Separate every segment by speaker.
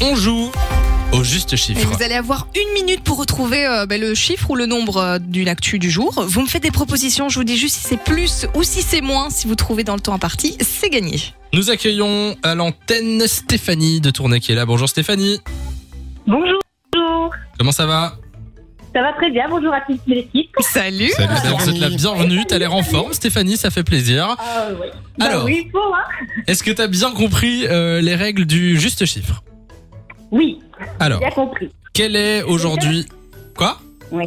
Speaker 1: on joue au juste
Speaker 2: Et
Speaker 1: chiffre.
Speaker 2: vous allez avoir une minute pour retrouver euh, ben, le chiffre ou le nombre euh, d'une actu du jour. Vous me faites des propositions, je vous dis juste si c'est plus ou si c'est moins. Si vous trouvez dans le temps imparti, c'est gagné.
Speaker 1: Nous accueillons à l'antenne Stéphanie de Tournai qui est là. Bonjour Stéphanie,
Speaker 3: Bonjour. Bonjour.
Speaker 1: comment ça va
Speaker 3: Ça va très bien. Bonjour à toute l'équipe.
Speaker 2: Salut
Speaker 1: Salut, vous êtes la bienvenue, t'as l'air en forme Stéphanie, ça fait plaisir.
Speaker 3: Ah oui.
Speaker 1: Alors.
Speaker 3: Bah oui, il faut, hein.
Speaker 1: Est-ce que t'as bien compris euh, les règles du juste chiffre
Speaker 3: Oui,
Speaker 1: Alors,
Speaker 3: bien compris.
Speaker 1: quelle est aujourd'hui... Quoi
Speaker 3: Oui.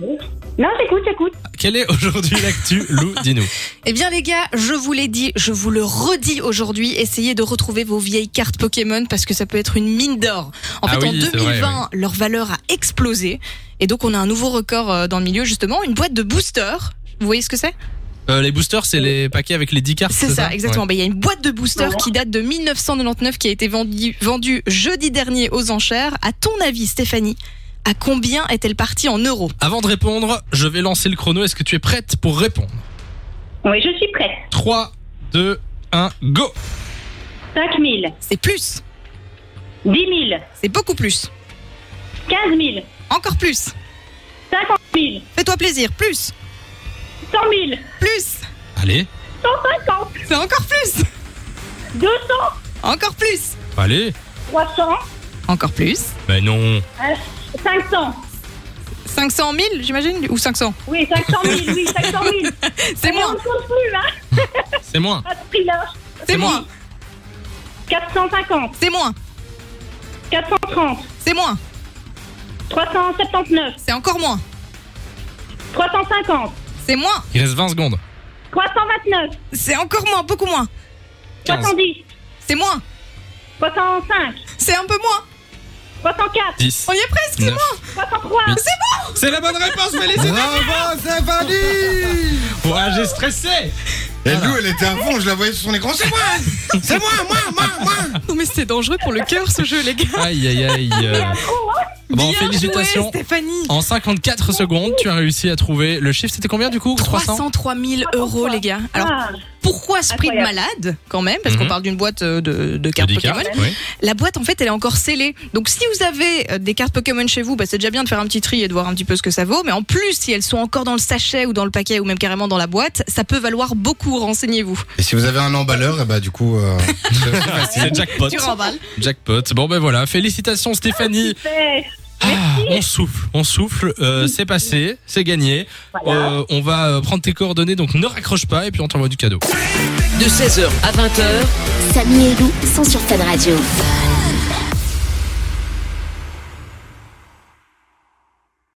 Speaker 3: Non, j'écoute, j'écoute.
Speaker 1: Quelle est aujourd'hui l'actu Lou, dis-nous.
Speaker 2: Eh bien les gars, je vous l'ai dit, je vous le redis aujourd'hui, essayez de retrouver vos vieilles cartes Pokémon parce que ça peut être une mine d'or. En
Speaker 1: Ah
Speaker 2: fait,
Speaker 1: oui,
Speaker 2: en
Speaker 1: c'est
Speaker 2: 2020,
Speaker 1: vrai,
Speaker 2: leur valeur a explosé et donc on a un nouveau record euh, dans le milieu justement, une boîte de boosters. Vous voyez ce que c'est
Speaker 1: Euh, les boosters, c'est les paquets avec les 10 cartes.
Speaker 2: C'est ça, exactement. Ben, Il y a une boîte de boosters
Speaker 3: Ouais.
Speaker 2: qui date de 1999 qui a été vendue, vendue jeudi dernier aux enchères. À ton avis, Stéphanie, à combien est-elle partie en euros
Speaker 1: Avant de répondre, je vais lancer le chrono. Est-ce que tu es prête pour répondre
Speaker 3: Oui, je suis prête.
Speaker 1: 3, 2, 1, go
Speaker 3: 5 000,
Speaker 2: C'est plus,
Speaker 3: 10 000,
Speaker 2: c'est beaucoup plus,
Speaker 3: 15 000,
Speaker 2: encore plus.
Speaker 3: 50 000,
Speaker 2: Fais-toi plaisir, plus,
Speaker 3: 100 000,
Speaker 2: plus.
Speaker 1: Allez,
Speaker 3: 150,
Speaker 2: C'est encore plus
Speaker 3: 200,
Speaker 2: Encore plus
Speaker 1: allez.
Speaker 3: 300,
Speaker 2: Encore plus
Speaker 1: Mais non.
Speaker 3: euh, 500.
Speaker 2: 500 000, j'imagine Ou 500
Speaker 3: Oui, 500 000, oui, 500 000.
Speaker 2: C'est
Speaker 3: Mais On
Speaker 2: moins
Speaker 3: ne compte plus, hein,
Speaker 1: C'est moins.
Speaker 3: à ce prix-là.
Speaker 2: C'est moins
Speaker 3: 450,
Speaker 2: C'est moins
Speaker 3: 430,
Speaker 2: C'est moins
Speaker 3: 379,
Speaker 2: C'est encore moins
Speaker 3: 350,
Speaker 2: C'est moins
Speaker 1: Il reste 20 secondes.
Speaker 3: 329,
Speaker 2: C'est encore moins Beaucoup moins
Speaker 1: 15.
Speaker 3: 310,
Speaker 2: C'est moins
Speaker 3: 305,
Speaker 2: C'est un peu moins
Speaker 3: 304,
Speaker 1: 10.
Speaker 2: On y est presque c'est
Speaker 1: 9.
Speaker 2: moins
Speaker 3: 303.
Speaker 1: Huit. C'est la bonne réponse, félicitations
Speaker 4: Bravo Stéphanie
Speaker 1: Ouais, j'ai stressé
Speaker 4: Et Lou, elle était à fond, je la voyais sur son écran. C'est moi C'est moi, moi, moi, moi
Speaker 2: Non mais c'est dangereux pour le cœur ce jeu les gars
Speaker 1: Aïe, aïe, aïe. euh.
Speaker 3: hein.
Speaker 1: Bon,
Speaker 2: Bien
Speaker 1: félicitations.
Speaker 2: joué, Stéphanie
Speaker 1: En 54 secondes, tu as réussi à trouver le chiffre. C'était combien du coup 300
Speaker 2: 303 000 euros les gars Alors
Speaker 3: Ah,
Speaker 2: pourquoi ce prix de
Speaker 3: Incroyable.
Speaker 2: malade quand même Parce qu'on
Speaker 1: Mhm.
Speaker 2: parle d'une boîte euh, de, de cartes
Speaker 1: Des
Speaker 2: Pokémon
Speaker 1: cartes, oui.
Speaker 2: La boîte, en fait, elle est encore scellée. Donc, si vous avez euh, des cartes Pokémon chez vous, bah, c'est déjà bien de faire un petit tri et de voir un petit peu ce que ça vaut. Mais en plus, si elles sont encore dans le sachet ou dans le paquet ou même carrément dans la boîte, ça peut valoir beaucoup. Renseignez-vous.
Speaker 4: Et si vous avez un emballeur, et bah du coup. euh,
Speaker 1: C'est jackpot.
Speaker 2: Tu remballes.
Speaker 1: Jackpot. Bon, ben voilà. Félicitations, Stéphanie.
Speaker 3: super.
Speaker 1: Ah, on souffle, on souffle. Euh, c'est passé, c'est gagné.
Speaker 3: Voilà.
Speaker 1: Euh, on va euh, prendre tes coordonnées, donc ne raccroche pas et puis on t'envoie du cadeau.
Speaker 5: de 16h à 20h.
Speaker 6: Samy et Lou sont sur Fan Radio.